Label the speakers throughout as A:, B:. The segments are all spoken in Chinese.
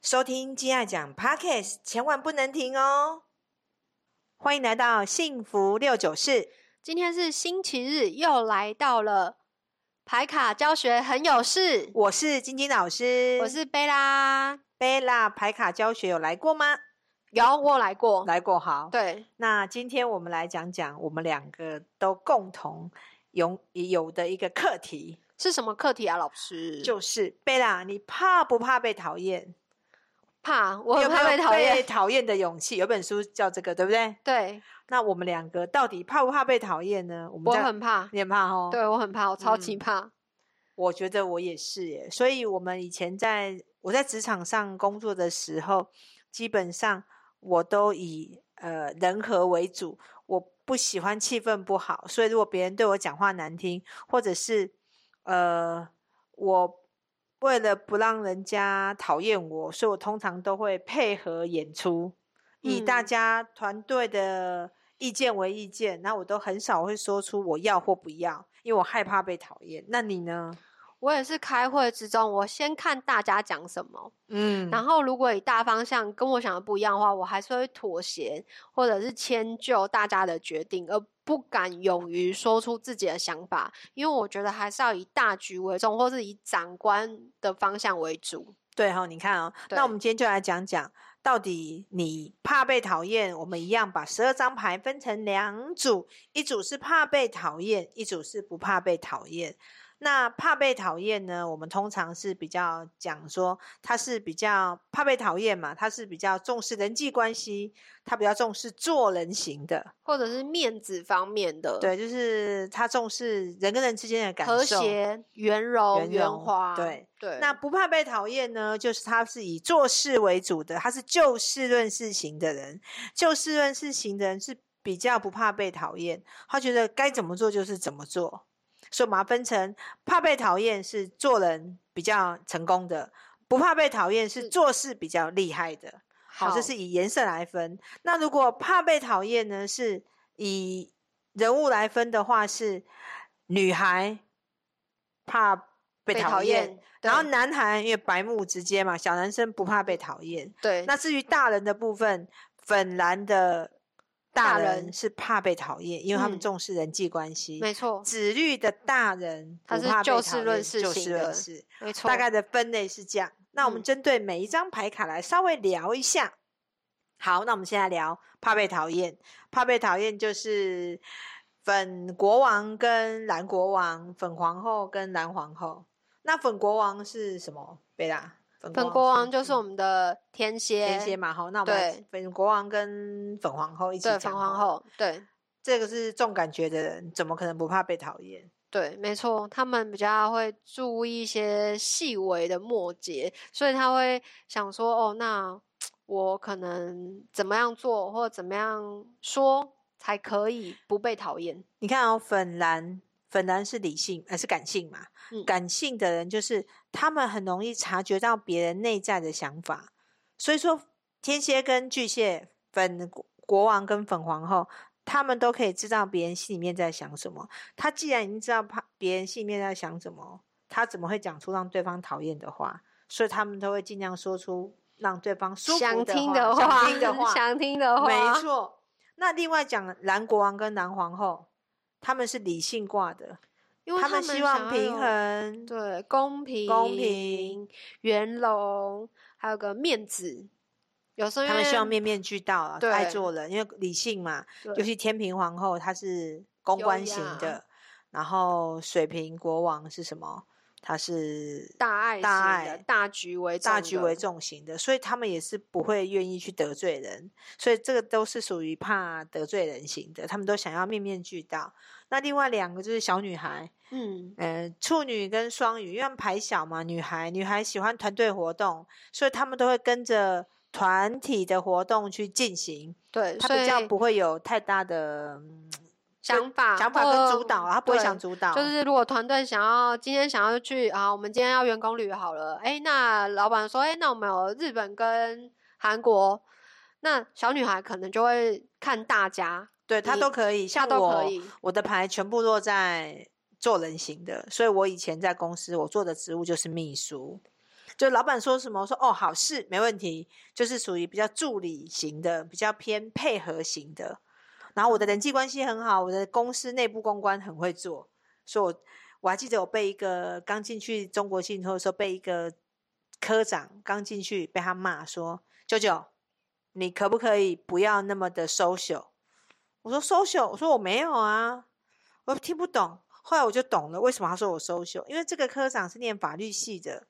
A: 收听《金爱讲 Podcast》，千万不能停哦！欢迎来到幸福六九四，
B: 今天是星期日，又来到了排卡教学很有事。
A: 我是晶晶老师，
B: 我是贝拉，
A: 贝拉排卡教学有来过吗？
B: 有我有来过，
A: 来过，好。
B: 对，
A: 那今天我们来讲讲我们两个都共同有有的一个课题，
B: 是什么课题啊？老师
A: 就是贝拉，你怕不怕被讨厌？
B: 怕我
A: 有没
B: 很怕
A: 有
B: 被讨
A: 被
B: 厌，
A: 讨厌的勇气？有本书叫这个，对不对？
B: 对
A: 那我们两个到底怕不怕被讨厌呢？我们
B: 我
A: 在
B: 很怕，
A: 你很怕哦。
B: 对我很怕，我超级
A: 嗯
B: 怕。
A: 我觉得我也是耶。所以，我们以前在我在职场上工作的时候，基本上我都以呃人和为主，我不喜欢气氛不好，所以如果别人对我讲话难听，或者是呃我。为了不让人家讨厌我，所以我通常都会配合演出，以大
B: 嗯
A: 家团队的意见为意见。那我都很少会说出我要或不要，因为我害怕被讨厌。那你呢？
B: 我也是开会之中，我先看大家讲什么，
A: 嗯，
B: 然后如果以大方向跟我想的不一样的话，我还是会妥协或者是迁就大家的决定，而不敢勇于说出自己的想法，因为我觉得还是要以大局为重，或是以长官的方向为主。
A: 对哈、你看哦，那我
B: 对
A: 们今天就来讲讲，到底你怕被讨厌，我们一样把十二张牌分成两组，一组是怕被讨厌，一组是不怕被讨厌。那怕被讨厌呢？我们通常是比较讲说，他是比较怕被讨厌嘛，他是比较重视人际关系，他比较重视做人型的，
B: 或者是面子方面的，，
A: 对，就是他重视人跟人之间的感
B: 和
A: 受。
B: 谐、圆融、
A: 圆
B: 圆
A: 融
B: 滑，
A: 对
B: 对。
A: 那不怕被讨厌呢，就是他是以做事为主的，他是就事论事型的人。就事论事型的人是比较不怕被讨厌，他觉得该怎么做就是怎么做。所以把它分成怕被讨厌是做人比较成功的，不怕被讨厌是
B: 是
A: 做事比较厉害的。嗯好，这是以颜色来分。那如果怕被讨厌呢，是以人物来分的话，是女孩怕被
B: 被
A: 讨
B: 讨
A: 厌，
B: 厌，
A: 然后
B: 对
A: 男孩因为白目直接嘛，小男生不怕被讨厌。
B: 对，
A: 那至于大人的部分，粉蓝的大
B: 大
A: 人
B: 人
A: 是怕被讨厌，因为他们
B: 嗯
A: 重视人际关系。
B: 没错，
A: 紫绿的大人
B: 他
A: 不
B: 是
A: 怕被
B: 就
A: 讨
B: 事论
A: 厌
B: 事
A: 就
B: 型
A: 事论
B: 的
A: 事，
B: 没错，
A: 大概的分类是这样。那我们
B: 嗯
A: 针对每一张牌卡来稍微聊一下。好，那我们现在聊怕被讨厌。怕被讨厌就是粉国王跟蓝国王，粉皇后跟蓝皇后。那粉国王是什么？贝拉，粉
B: 本国王就是
A: 嗯
B: 我们的天蝎，
A: 天蝎嘛。好，那我们来
B: 对
A: 粉国王跟粉皇后一起
B: 对，
A: 讲。
B: 粉皇，后，对
A: 这个是重感觉的人，怎么可能不怕被讨厌？
B: 对，没错，他们比较会注意一些细微的末节，所以他会想说，哦，那我可能怎么样做或怎么样说才可以不被讨厌？
A: 你看哦，粉蓝，粉蓝是理性，呃，是感性嘛？
B: 嗯
A: 感性的人就是他们很容易察觉到别人内在的想法，所以说天蝎跟巨蟹，粉国国王跟粉皇后，他们都可以知道别人心里面在想什么。他既然已经知道怕别人心里面在想什么，他怎么会讲出让对方讨厌的话？所以他们都会尽量说出让对方舒服
B: 想
A: 的
B: 听
A: 话，想听的话，
B: 想听的话，啊
A: 没错。那另外讲蓝国王跟蓝皇后，他们是理性挂的，
B: 因为
A: 们希望平，衡，
B: 对，公平、
A: 公平、
B: 圆融，还有个面子。有时候因
A: 他们希望
B: 为
A: 面面俱到啊，爱
B: 对
A: 做人，因为理性嘛。
B: 对
A: 尤其天平皇后，她是公关型
B: 优
A: 的
B: 雅，
A: 然后水瓶国王是什么？他是
B: 大爱
A: 大
B: 型
A: 爱
B: 的大局为重
A: 大局为
B: 的，
A: 重型的，所以他们也是不会愿意去得罪人，所以这个都是属于怕得罪人型的，他们都想要面面俱到。那另外两个就是小女孩，
B: 嗯，
A: 呃，处女跟双鱼，因为他们牌小嘛，女孩女孩喜欢团队活动，所以他们都会跟着团体的活动去进行，
B: 对，
A: 他
B: 所
A: 比较
B: 以
A: 不会有太大的嗯
B: 想法
A: 想法跟主
B: 或
A: 导啊，他不会想
B: 对
A: 主导，
B: 就是如果团队想要今天想要去啊，我们今天要员工旅游好了，哎，那老板说，哎，那我们有日本跟韩国，那小女孩可能就会看大家，
A: 对他
B: 你
A: 都可以，
B: 她
A: 像
B: 都
A: 我
B: 可以，
A: 我的牌全部落在做人型的，所以我以前在公司我做的职务就是秘书，就老板说什么，我说哦好是没问题，就是属于比较助理型的，比较偏配合型的。然后我的人际关系很好，我的公司内部公关很会做，所以我我还记得我被一个刚进去中国信托的时候，被一个科长刚进去被他骂说：“舅舅，你可不可以不要那么的 social？” 我说 social，我说我没有啊，我听不懂。后来我就懂了，为什么他说我 social？因为这个科长是念法律系的，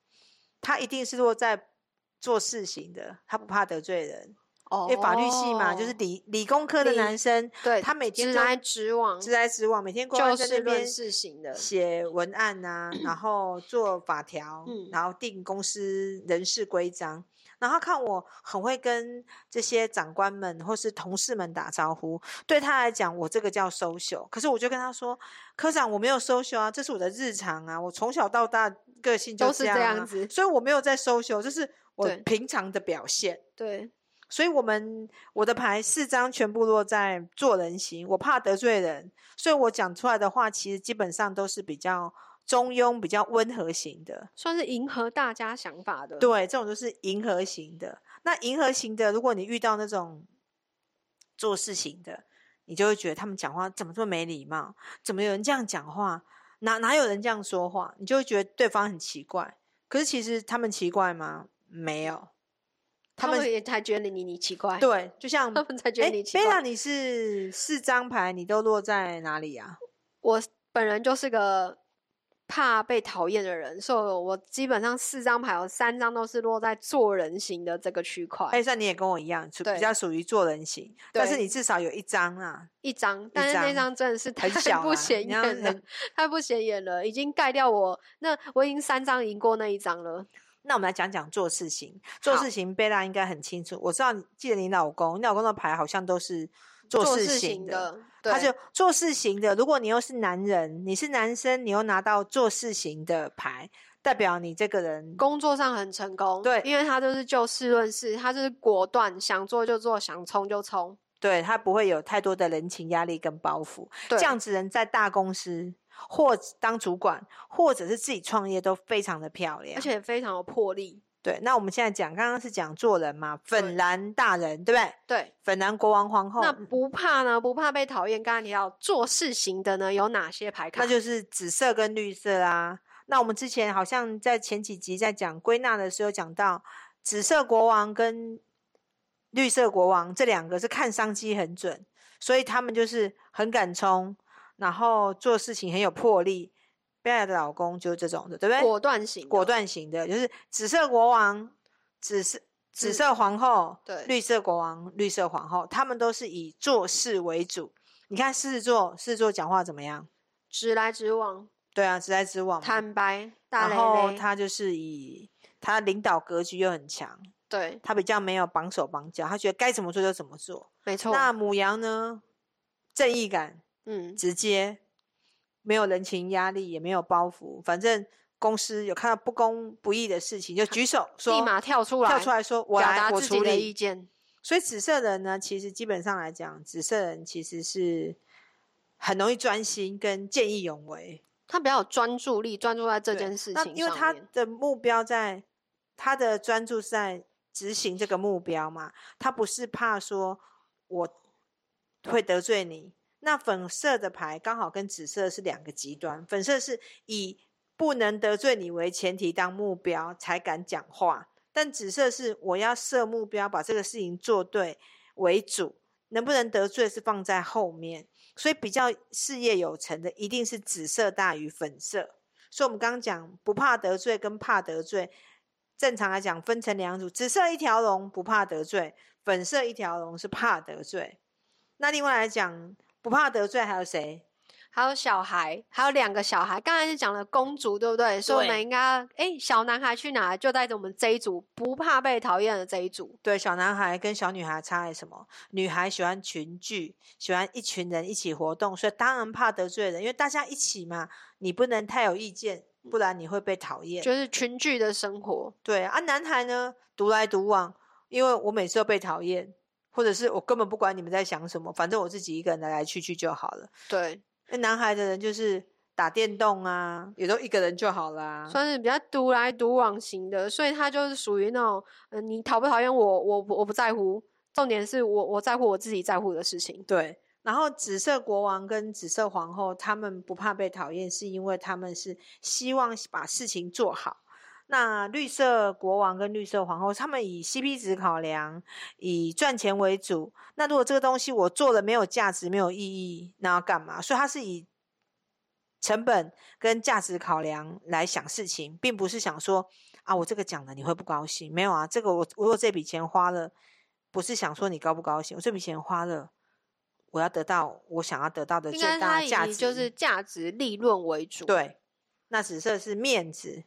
A: 他一定是落在做事情的，他不怕得罪人，
B: 哦
A: 因为法律系嘛，就是理理工科的
B: 理
A: 男生，
B: 哦对
A: 他每天
B: 直
A: 都
B: 来直往，
A: 直来直往，每天光
B: 就
A: 在那
B: 事论
A: 边
B: 事型的，
A: 写文案啊，然后做法条，
B: 嗯
A: 然后定公司人事规章。然后看我很会跟这些长官们或是同事们打招呼，对他来讲，我这个叫 social。可是我就跟他说，科长，我没有 social 啊，这是我的日常啊，我从小到大个性就
B: 都是
A: 这样,、
B: 这
A: 啊、
B: 样子
A: 所以我没有在 social，这是我
B: 对
A: 平常的表现。
B: 对，
A: 所以我们我的牌四张全部落在做人型，我怕得罪人，所以我讲出来的话其实基本上都是比较中庸、比较温和型的。
B: 算是迎合大家想法的。
A: 对，这种就是迎合型的。那迎合型的，如果你遇到那种做事型的，你就会觉得他们讲话怎么这么没礼貌？怎么有人这样讲话？哪哪有人这样说话？你就会觉得对方很奇怪。可是其实他们奇怪吗？没有，他
B: 他
A: 们
B: 们也才觉得你你奇怪，
A: 对，就像
B: 他们才觉
A: 哎，
B: 得你奇
A: 贝
B: 怪。
A: 拉，你是四张牌，你都落在哪里啊？
B: 我本人就是个怕被讨厌的人，所以我基本上四张牌有三张都是落在做人型的这个区块，
A: 哎，算你也跟我一样，属
B: 对
A: 比较属于做人型，但是
B: 对
A: 你至少有一张啊，
B: 一张，但是那
A: 张
B: 张真的是太
A: 很小
B: 不
A: 啦
B: 显
A: 你要
B: 眼了
A: 很，
B: 太不显眼了，已经盖掉我那我已经三张赢过那一张了。
A: 那我们来讲讲做事情。做
B: 好
A: 事情，贝拉应该很清楚。我知道你，记得你老公，你老公的牌好像都是做
B: 做
A: 事
B: 型
A: 型的。
B: 的，
A: 他
B: 对
A: 就做事型的，如果你又是男人，你是男生，你又拿到做事型的牌，代表你这个人
B: 工作上很成功，
A: 对
B: 因为他就是就事论事，他就是果断，想做就做，想冲就冲，
A: 对他不会有太多的人情压力跟包袱。
B: 对，
A: 这样子人在大公司或当主管，或者是自己创业都非常的漂亮。
B: 而且非常有魄力，
A: 对，那我们现在讲，刚刚是讲做人嘛，
B: 对
A: 粉蓝大人，对不对？
B: 对。
A: 粉蓝国王皇后，
B: 那
A: 嗯
B: 不怕呢？不怕被讨厌？刚才提到做事型的呢，有哪些牌卡？
A: 那就是紫色跟绿色啦。那我们之前好像在前几集在讲归纳的时候讲到，紫色国王跟绿色国王这两个是看商机很准，所以他们就是很敢冲，然后做事情很有魄力。贝尔的老公就是这种的，对不对？
B: 果断型的，
A: 果断型的，就是紫色国王、紫色
B: 紫
A: 紫色皇后、
B: 嗯对
A: 绿色国王、绿色皇后，他们都是以做事为主。你看狮子座，狮子座讲话怎么样？
B: 直来直往，
A: 对啊，直来直往嘛。
B: 坦白，大
A: 然
B: 咧
A: 后
B: 咧
A: 他就是以他领导格局又很强，
B: 对，
A: 他比较没有绑手绑脚，他觉得该怎么做就怎么做。
B: 没错。
A: 那母羊呢？正义感
B: 嗯，
A: 直接，没有人情压力，也没有包袱，反正公司有看到不公不义的事情就举手说，
B: 立马跳出来，
A: 跳出来说：“我
B: 表
A: 来，
B: 达
A: 我
B: 自己
A: 处
B: 的意
A: 理。
B: 见。”
A: 所以紫色人呢，其实基本上来讲，紫色人其实是很容易专心跟见义勇为
B: 他比较有专注力，专注在这
A: 对
B: 件事情
A: 那
B: 上面。
A: 因为他的目标在他的专注是在执行这个目标嘛，他不是怕说我会得罪你。那粉色的牌刚好跟紫色是两个极端，粉色是以不能得罪你为前提当目标才敢讲话，但紫色是我要设目标，把这个事情做对为主，能不能得罪是放在后面。所以比较事业有成的，一定是紫色大于粉色。所以我们刚刚讲不怕得罪跟怕得罪，正常来讲分成两组，紫色一条龙不怕得罪，粉色一条龙是怕得罪。那另外来讲，不怕得罪还有谁？
B: 还有小孩，还有两个小孩。刚才是讲了公主，对不对？所以我们
A: 对
B: 应该，哎，小男孩去哪？就带着我们这一组不怕被讨厌的这一组。
A: 对，小男孩跟小女孩差在什么？女孩喜欢群聚，喜欢一群人一起活动，所以当然怕得罪人，因为大家一起嘛，你不能太有意见，不然你会被讨厌。
B: 就是群聚的生活，
A: 对啊，男孩呢独来独往，因为我每次都被讨厌，或者是我根本不管你们在想什么，反正我自己一个人来来去去就好了。
B: 对，
A: 那男孩的人就是打电动啊，也都一个人就好啦。
B: 算是比较独来独往型的，所以他就是属于那种，嗯、你讨不讨厌我，我不我不在乎，重点是我我在乎我自己在乎的事情。
A: 对，然后紫色国王跟紫色皇后他们不怕被讨厌，是因为他们是希望把事情做好。那绿色国王跟绿色皇后，他们以 CP 值考量，以赚钱为主。那如果这个东西我做了没有价值、没有意义，那要干嘛？所以它是以成本跟价值考量来想事情，并不是想说啊，我这个讲了你会不高兴？没有啊，这个我我有这笔钱花了，不是想说你高不高兴，我这笔钱花了，我要得到我想要得到的
B: 应
A: 最
B: 该
A: 大
B: 他
A: 的价
B: 以
A: 值，
B: 就是价值利润为主，，
A: 对。那紫色是面子，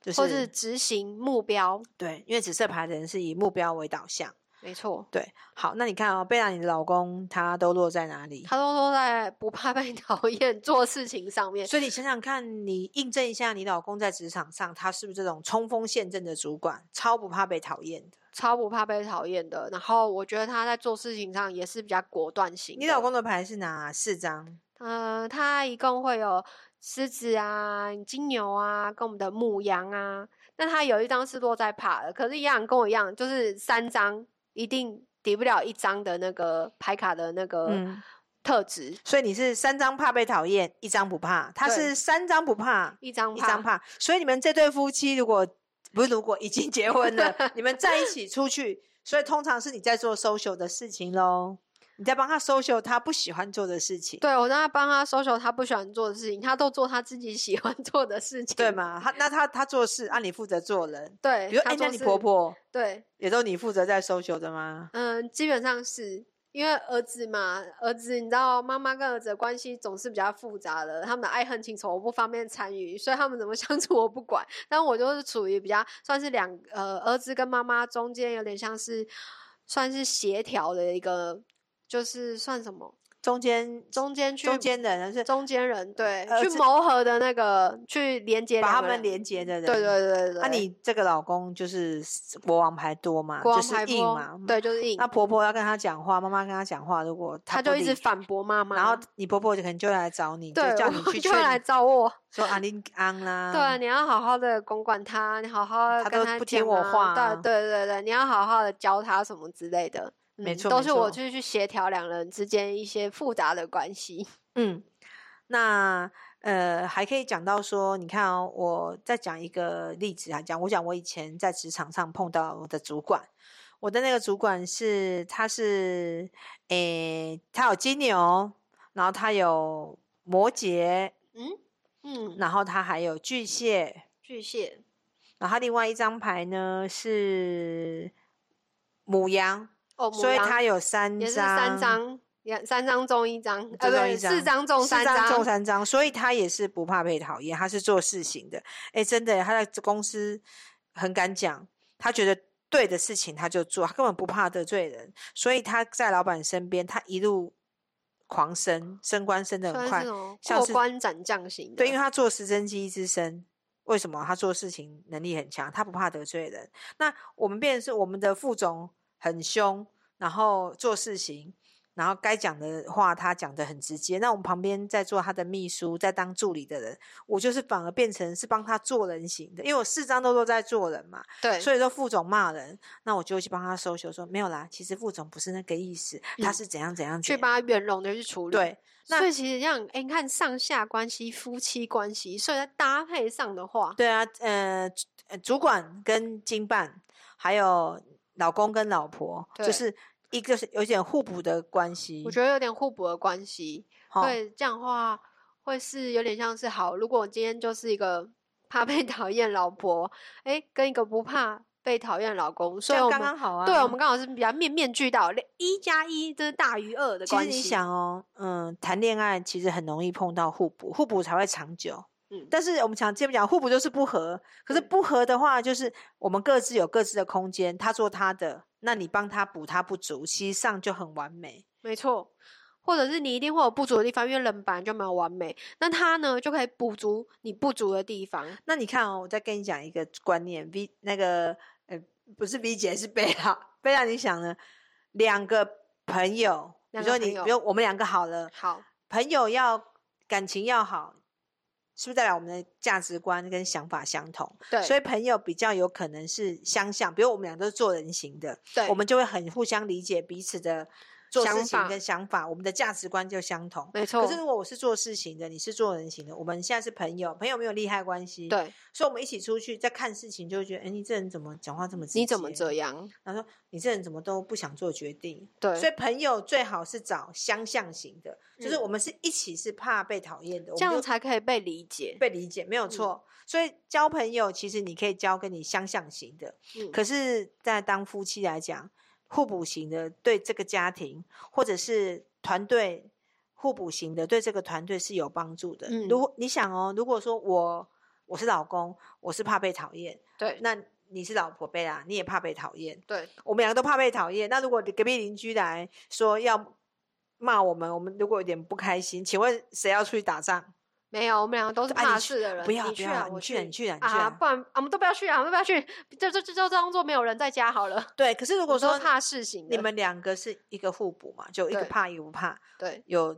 A: 就是
B: 或是执行目标，
A: 对，因为紫色牌的人是以目标为导向。
B: 没错。
A: 对，好，那你看哦，贝拉，你的老公他都落在哪里？
B: 他都说在不怕被 讨厌做事情上面，
A: 所以你想想看，你印证一下，你老公在职场上他是不是这种冲锋陷阵的主管，超不怕被讨厌的？
B: 超不怕被讨厌的。然后我觉得他在做事情上也是比较果断型的。
A: 你老公的牌是哪四张？
B: 呃，它一共会有狮子啊、金牛啊，跟我们的母羊啊。那它有一张是落在帕的，可是一样跟我一样，就是三张一定抵不了一张的那个牌卡的那个
A: 嗯
B: 特质，
A: 所以你是三张怕被讨厌，一张不怕。他
B: 对
A: 是三张不怕，
B: 一张
A: 一张
B: 帕。
A: 怕。所以你们这对夫妻如果不是如果已经结婚 了，你们在一起出去，所以通常是你在做 social 的事情喽，你在帮他 social 他不喜欢做的事情。
B: 对我让他帮他搜索他不喜欢做的事情，他都做他自己喜欢做的事情。
A: 对？嘛？他那他他做事，啊，你负责做人。
B: 对，
A: 比如，
B: 他
A: 哎、那
B: 做
A: 你
B: 事
A: 婆婆
B: 对，
A: 也都你负责在收球的吗？
B: 嗯，基本上是因为儿子嘛，儿子你知道，妈妈跟儿子的关系总是比较复杂的，他们的爱恨情仇我不方便参与，所以他们怎么相处我不管。但我就是处于比较算是两呃儿子跟妈妈中间有点像是算是协调的一个，就是算什么
A: 中间中
B: 中间去
A: 中间人是
B: 中间人对、
A: 呃
B: 去
A: 这
B: 磨合的那个去连接
A: 把
B: 两
A: 他
B: 个
A: 们
B: 人
A: 连接的人。
B: 对对对对对，
A: 那、你这个老公就是国王牌多嘛，
B: 国王
A: 就是
B: 牌
A: 硬
B: 波
A: 嘛。
B: 对就是硬
A: 那，婆婆要跟他讲话，妈妈跟他讲话，如果
B: 他
A: 不
B: 就一直
A: 理
B: 反驳妈妈，
A: 然后你婆婆就可能就会来找你，就
B: 对
A: 叫
B: 我
A: 你去
B: 就
A: 劝
B: 会
A: 你
B: 来找我。
A: 说啊，你安啦。
B: 对啊，你要好好的管管他，你好好地
A: 他
B: 跟
A: 都
B: 他
A: 不听
B: 讲
A: 我
B: 啊
A: 话啊
B: 对对对对，你要好好的教他什么之类的。
A: 没
B: 嗯
A: 错
B: 都
A: 没
B: 是我
A: 错
B: 去去协调两人之间一些复杂的关系。
A: 嗯，那呃，还可以讲到说，你看哦，我再讲一个例子啊，讲我讲我以前在职场上碰到我的主管，我的那个主管是他是诶，他有金牛，然后他有摩羯，
B: 嗯，
A: 然后他还有巨蟹，
B: 巨蟹，
A: 然后他另外一张牌呢是母羊，
B: 哦，母
A: 所以
B: 羊
A: 他有三
B: 也是三张，两三张中一张，呃，
A: 中
B: 对，
A: 一
B: 四
A: 张
B: 张中
A: 四
B: 三
A: 张中三张，所以他也是不怕被讨厌，他是做事情的。哎，真的耶，他在公司很敢讲，他觉得对的事情他就做，他根本不怕得罪人，所以他在老板身边，他一路狂升，升官升的
B: 算
A: 很
B: 是
A: 快
B: 那。种
A: 像
B: 过
A: 是
B: 关斩将型的。
A: 对，因为他做直升机之身，为什么他做事情能力很强？他不怕得罪人。那我们变成是我们的副总很凶，然后做事情，然后该讲的话他讲的很直接。那我们旁边在做他的秘书，在当助理的人，我就是反而变成是帮他做人型的，因为我四张都都在做人嘛。
B: 对，
A: 所以说副总骂人，那我就去帮他收修说没有啦，其实副总不是那个意思，他
B: 嗯
A: 是怎样怎样
B: 去
A: 怎
B: 帮
A: 样。
B: 他圆融的去处理。
A: 对，那
B: 所以其实这样，哎、你看上下关系、夫妻关系，所以在搭配上的话，
A: 对啊，呃，主呃主管跟经办，还有老公跟老婆，就
B: 对
A: 是一个是有点互补的关系。
B: 我觉得有点互补的关系。
A: 齁
B: 对，这样的话会是有点像是好。如果我今天就是一个 怕被讨厌老婆，哎、跟一个不怕被讨厌老公，
A: 这
B: 所以
A: 样
B: 我
A: 刚
B: 们
A: 刚好啊。
B: 对我们刚好是比较面面俱到，一加一就是大于二的
A: 其实
B: 关系。
A: 你，想哦，嗯，谈恋爱其实很容易碰到互补，互补才会长久。
B: 嗯
A: 但是我们讲，接不讲互补就是不合，可是
B: 嗯
A: 不合的话，就是我们各自有各自的空间，他做他的，那你帮他补他不足，其实上就很完美。
B: 没错。或者是你一定会有不足的地方，因为人本来就没有完美，那他呢就可以补足你不足的地方。
A: 那你看哦，我再跟你讲一个观念，V 那个呃不是 V 姐是贝拉， 贝拉你想呢？两个朋友，比
B: 两
A: 如说
B: 个朋
A: 你，
B: 友
A: 比如我们两个好了，
B: 好，
A: 朋友要感情要好，是不是代表我们的价值观跟想法相同？
B: 对，
A: 所
B: 以
A: 以朋友比较有可能是相像，比如我们俩都是做人型的，
B: 对
A: 我们就会很互相理解彼此的做
B: 想
A: 事情
B: 法
A: 跟想法，我们的价值观就相同。
B: 没错
A: 可，是如果我是做事情的，你是做人型的，我们现在是朋友，朋友没有利害关系，，
B: 对，
A: 所以我们一起出去在看事情，就会觉得，哎，你这人怎么讲话这么直接？
B: 你怎么这？样？
A: 然后说你这人怎么都不想做决定？
B: 对，
A: 所以朋友最好是找相像型的，就是
B: 嗯
A: 我们是一起是怕被讨厌的，我
B: 这
A: 们就
B: 样才嗯可以被理解。
A: 被理解，没有错。所以交朋友其实你可以交跟你相像型的，
B: 嗯
A: 可是，在当夫妻来讲，互补型的对这个家庭或者是团队互补型的对这个团队是有帮助的。
B: 嗯
A: 如果你想哦，如果说我我是老公，我是怕被讨厌，
B: 对
A: 那你是老婆贝拉，你也怕被讨厌，
B: 对
A: 我们两个都怕被讨厌。那如果隔壁邻居来说要骂我们，我们如果有点不开心，请问谁要出去打仗？
B: 没有，我们两个都是
A: 啊你
B: 怕
A: 去
B: 事的人。
A: 不要
B: 你
A: 不
B: 去
A: 要
B: 啊，，
A: 你
B: 我
A: 去啊，你去啊，你去
B: 啊，
A: 啊。
B: 不然我们都不要去啊，我们都不要去，这这这就当做没有人在家好了。
A: 对，可是 如
B: 我
A: 果
B: 说
A: 说
B: 怕事情的，
A: 你们两个是一个互补嘛，就一个
B: 对
A: 怕一个不怕，
B: 对
A: 有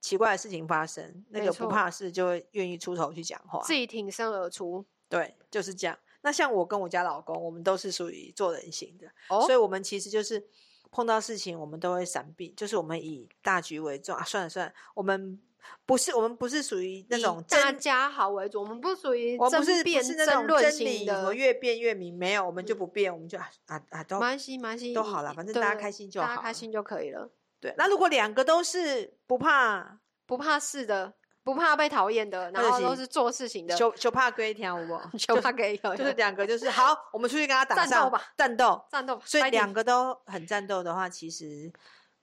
A: 奇怪的事情发生，那
B: 没
A: 个不
B: 错
A: 怕的事就会愿意出头去讲话
B: 自。己挺身而出
A: 对，就是这样。那像我跟我家老公，我们都是属于做人型的，
B: 哦
A: 所以我们其实就是碰到事情，我们都会闪避，就是我们以大局为重啊。算了算了，我们不是我们不是属于那
B: 以
A: 种
B: 大
A: 争，
B: 家好为主，我们不属于
A: 我们
B: 争
A: 不是不
B: 辩
A: 是那
B: 争
A: 种
B: 论
A: 真
B: 型
A: 理什
B: 的
A: 么，越辩越明，没有，我们就
B: 嗯
A: 不辩，我们就啊啊啊都
B: 没关系，没关系，
A: 都
B: 以
A: 好啦反正
B: 对
A: 大家
B: 对
A: 开心就
B: 大
A: 好
B: 家开
A: 了
B: 心就可以了，
A: 对。那如果两个都是不怕，
B: 不怕事的，不怕被讨厌的，然
A: 就
B: 后都
A: 是
B: 是做事情的，
A: 就就怕规条，我
B: 就怕给 有
A: 就是两个就是好，我们出去跟他打
B: 战斗
A: 仗
B: 吧，
A: 战斗。
B: 战斗，
A: 所以
B: 白领
A: 两个都很战斗的话，其实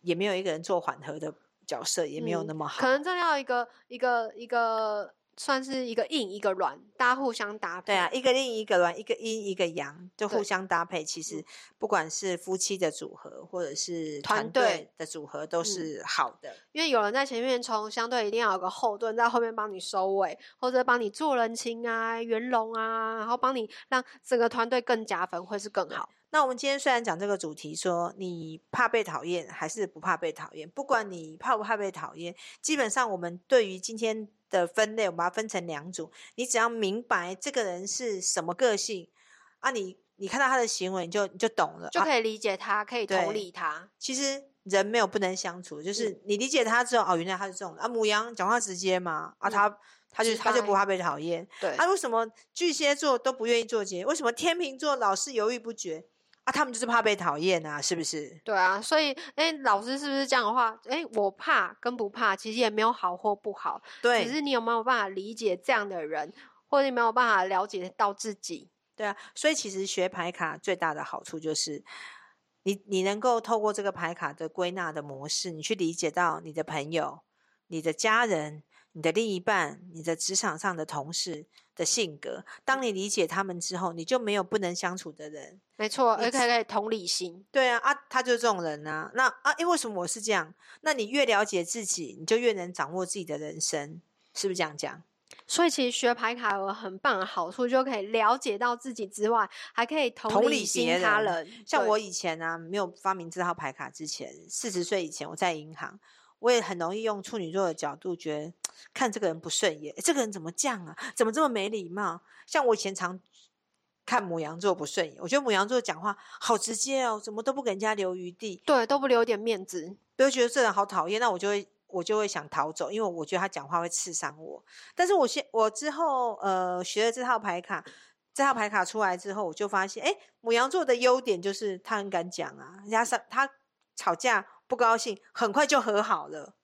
A: 也没有一个人做缓和的角色，也没有
B: 嗯
A: 那么好。
B: 可能真的要一个一个一个算是一个硬一个软，大家互相搭配。
A: 对啊，，一个另一个卵，一个阴一个阳，就互
B: 对嗯
A: 相搭配。其实不管是夫妻的组合，或者是
B: 团
A: 团
B: 队
A: 队的组合，都
B: 嗯
A: 是好的。
B: 因为有人在前面冲，相对一定要有个后盾在后面帮你收尾，或者帮你做人情啊、圆融啊，然后帮你让整个团队更加分，会是更好。
A: 那我们今天虽然讲这个主题说你怕被讨厌还是不怕被讨厌，不管你怕不怕被讨厌，基本上我们对于今天的分类，我们把它分成两组。你只要明白这个人是什么个性啊你，你看到他的行为，你就你就懂了，
B: 就
A: 啊
B: 可以理解他，可以同
A: 对
B: 理他。
A: 其实人没有不能相处，
B: 嗯
A: 就是你理解他之后，哦，原来他是这种人啊。母羊讲话直接嘛，啊
B: 嗯
A: 他，他就
B: 直
A: 他就不
B: 白
A: 怕被讨厌。
B: 对，
A: 啊，为什么巨蟹座都不愿意做结？为什么天秤座老是犹豫不决？啊，他们就是怕被讨厌啊，是不是？
B: 对啊，所以，哎，老师是不是这样的话，哎，我怕跟不怕，其实也没有好或不好，只
A: 对
B: 是你有没有办法理解这样的人，或者你没有办法了解到自己。
A: 对啊，所以其实学牌卡最大的好处就是。你你能够透过这个牌卡的归纳的模式，你去理解到你的朋友、你的家人、你的另一半、你的职场上的同事的性格。当你理解他们之后，你就没有不能相处的人，
B: 没错，
A: 你
B: 而且可以同理心。
A: 对啊，啊，他就是这种人啊。那啊，因为什么我是这样？那你越了解自己，你就越能掌握自己的人生，是不是这样讲？
B: 所以其实学牌卡有很棒的好处，就可以了解到自己之外，还可以
A: 同
B: 同
A: 理别
B: 心他
A: 人
B: 人。
A: 像
B: 对
A: 我以前啊，没有发明这套牌卡之前，四十岁以前我在银行，我也很容易用处女座的角度，觉得看这个人不顺眼，诶这个人怎么这样啊？怎么这么没礼貌？像我以前常看母羊座不顺眼，我觉得母羊座讲话好直接哦，怎么都不给人家留余地。
B: 对都不留点面子，
A: 都会觉得这人好讨厌，那我就会我就会想逃走，因为我觉得他讲话会刺伤我。但是我现我之后呃学了这套牌卡，这套牌卡出来之后，我就发现，哎，母羊座的优点就是他很敢讲啊，人家上他吵架不高兴，很快就和好了。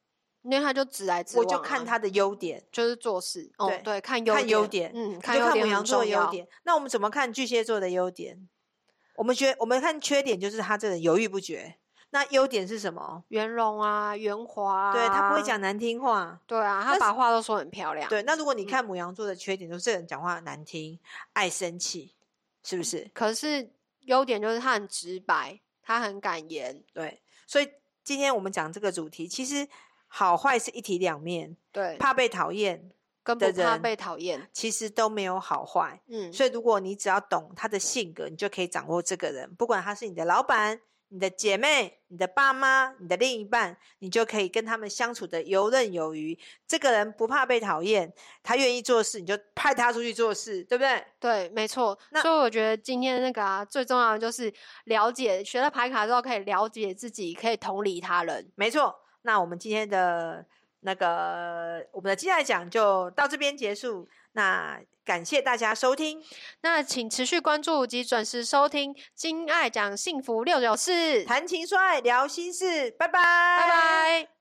B: 因为他就直来直
A: 我
B: 往啊、
A: 就看他的优点，
B: 就是做事，哦
A: 对
B: 对，看优
A: 看优点
B: 嗯，
A: 我就
B: 优
A: 看
B: 点
A: 母
B: 很
A: 羊座
B: 重
A: 的优
B: 要，
A: 点。那我们怎么看巨蟹座的优点？我们觉我们看缺点就是他这人犹豫不决。那优点是什么？
B: 圆融啊，圆滑、啊，
A: 对他不会，讲难听话，
B: 对啊，
A: 但
B: 他
A: 是
B: 把话都说很漂亮，
A: 对，，那如果你
B: 嗯
A: 看母羊座的缺点，就是这个人讲话难听，爱生气，
B: 嗯
A: 是不是？
B: 可是优点就是他很直白，他很敢言，
A: 对，所以今天我们讲这个主题，其实好坏是一体两面，
B: 对，
A: 怕被讨厌，
B: 跟
A: 的
B: 不怕
A: 人
B: 被讨厌，
A: 其实都没有好坏。
B: 嗯，
A: 所以如果你只要懂他的性格，你就可以掌握这个人，不管他是你的老板、你的姐妹、你的爸妈、你的另一半，你就可以跟他们相处的游刃有余。这个人不怕被讨厌，他愿意做事，你就派他出去做事，对不对？
B: 对，没错。
A: 那
B: 所以我觉得今天那个啊，最重要的就是了解，学了牌卡之后可以了解自己，可以同理他人。
A: 没错。那我们今天的那个我们的接下来讲就到这边结束。那感谢大家收听，
B: 那请持续关注及准时收听《金爱讲幸福六九四》，
A: 谈情说爱聊心事，拜拜，
B: 拜
A: 拜
B: 拜。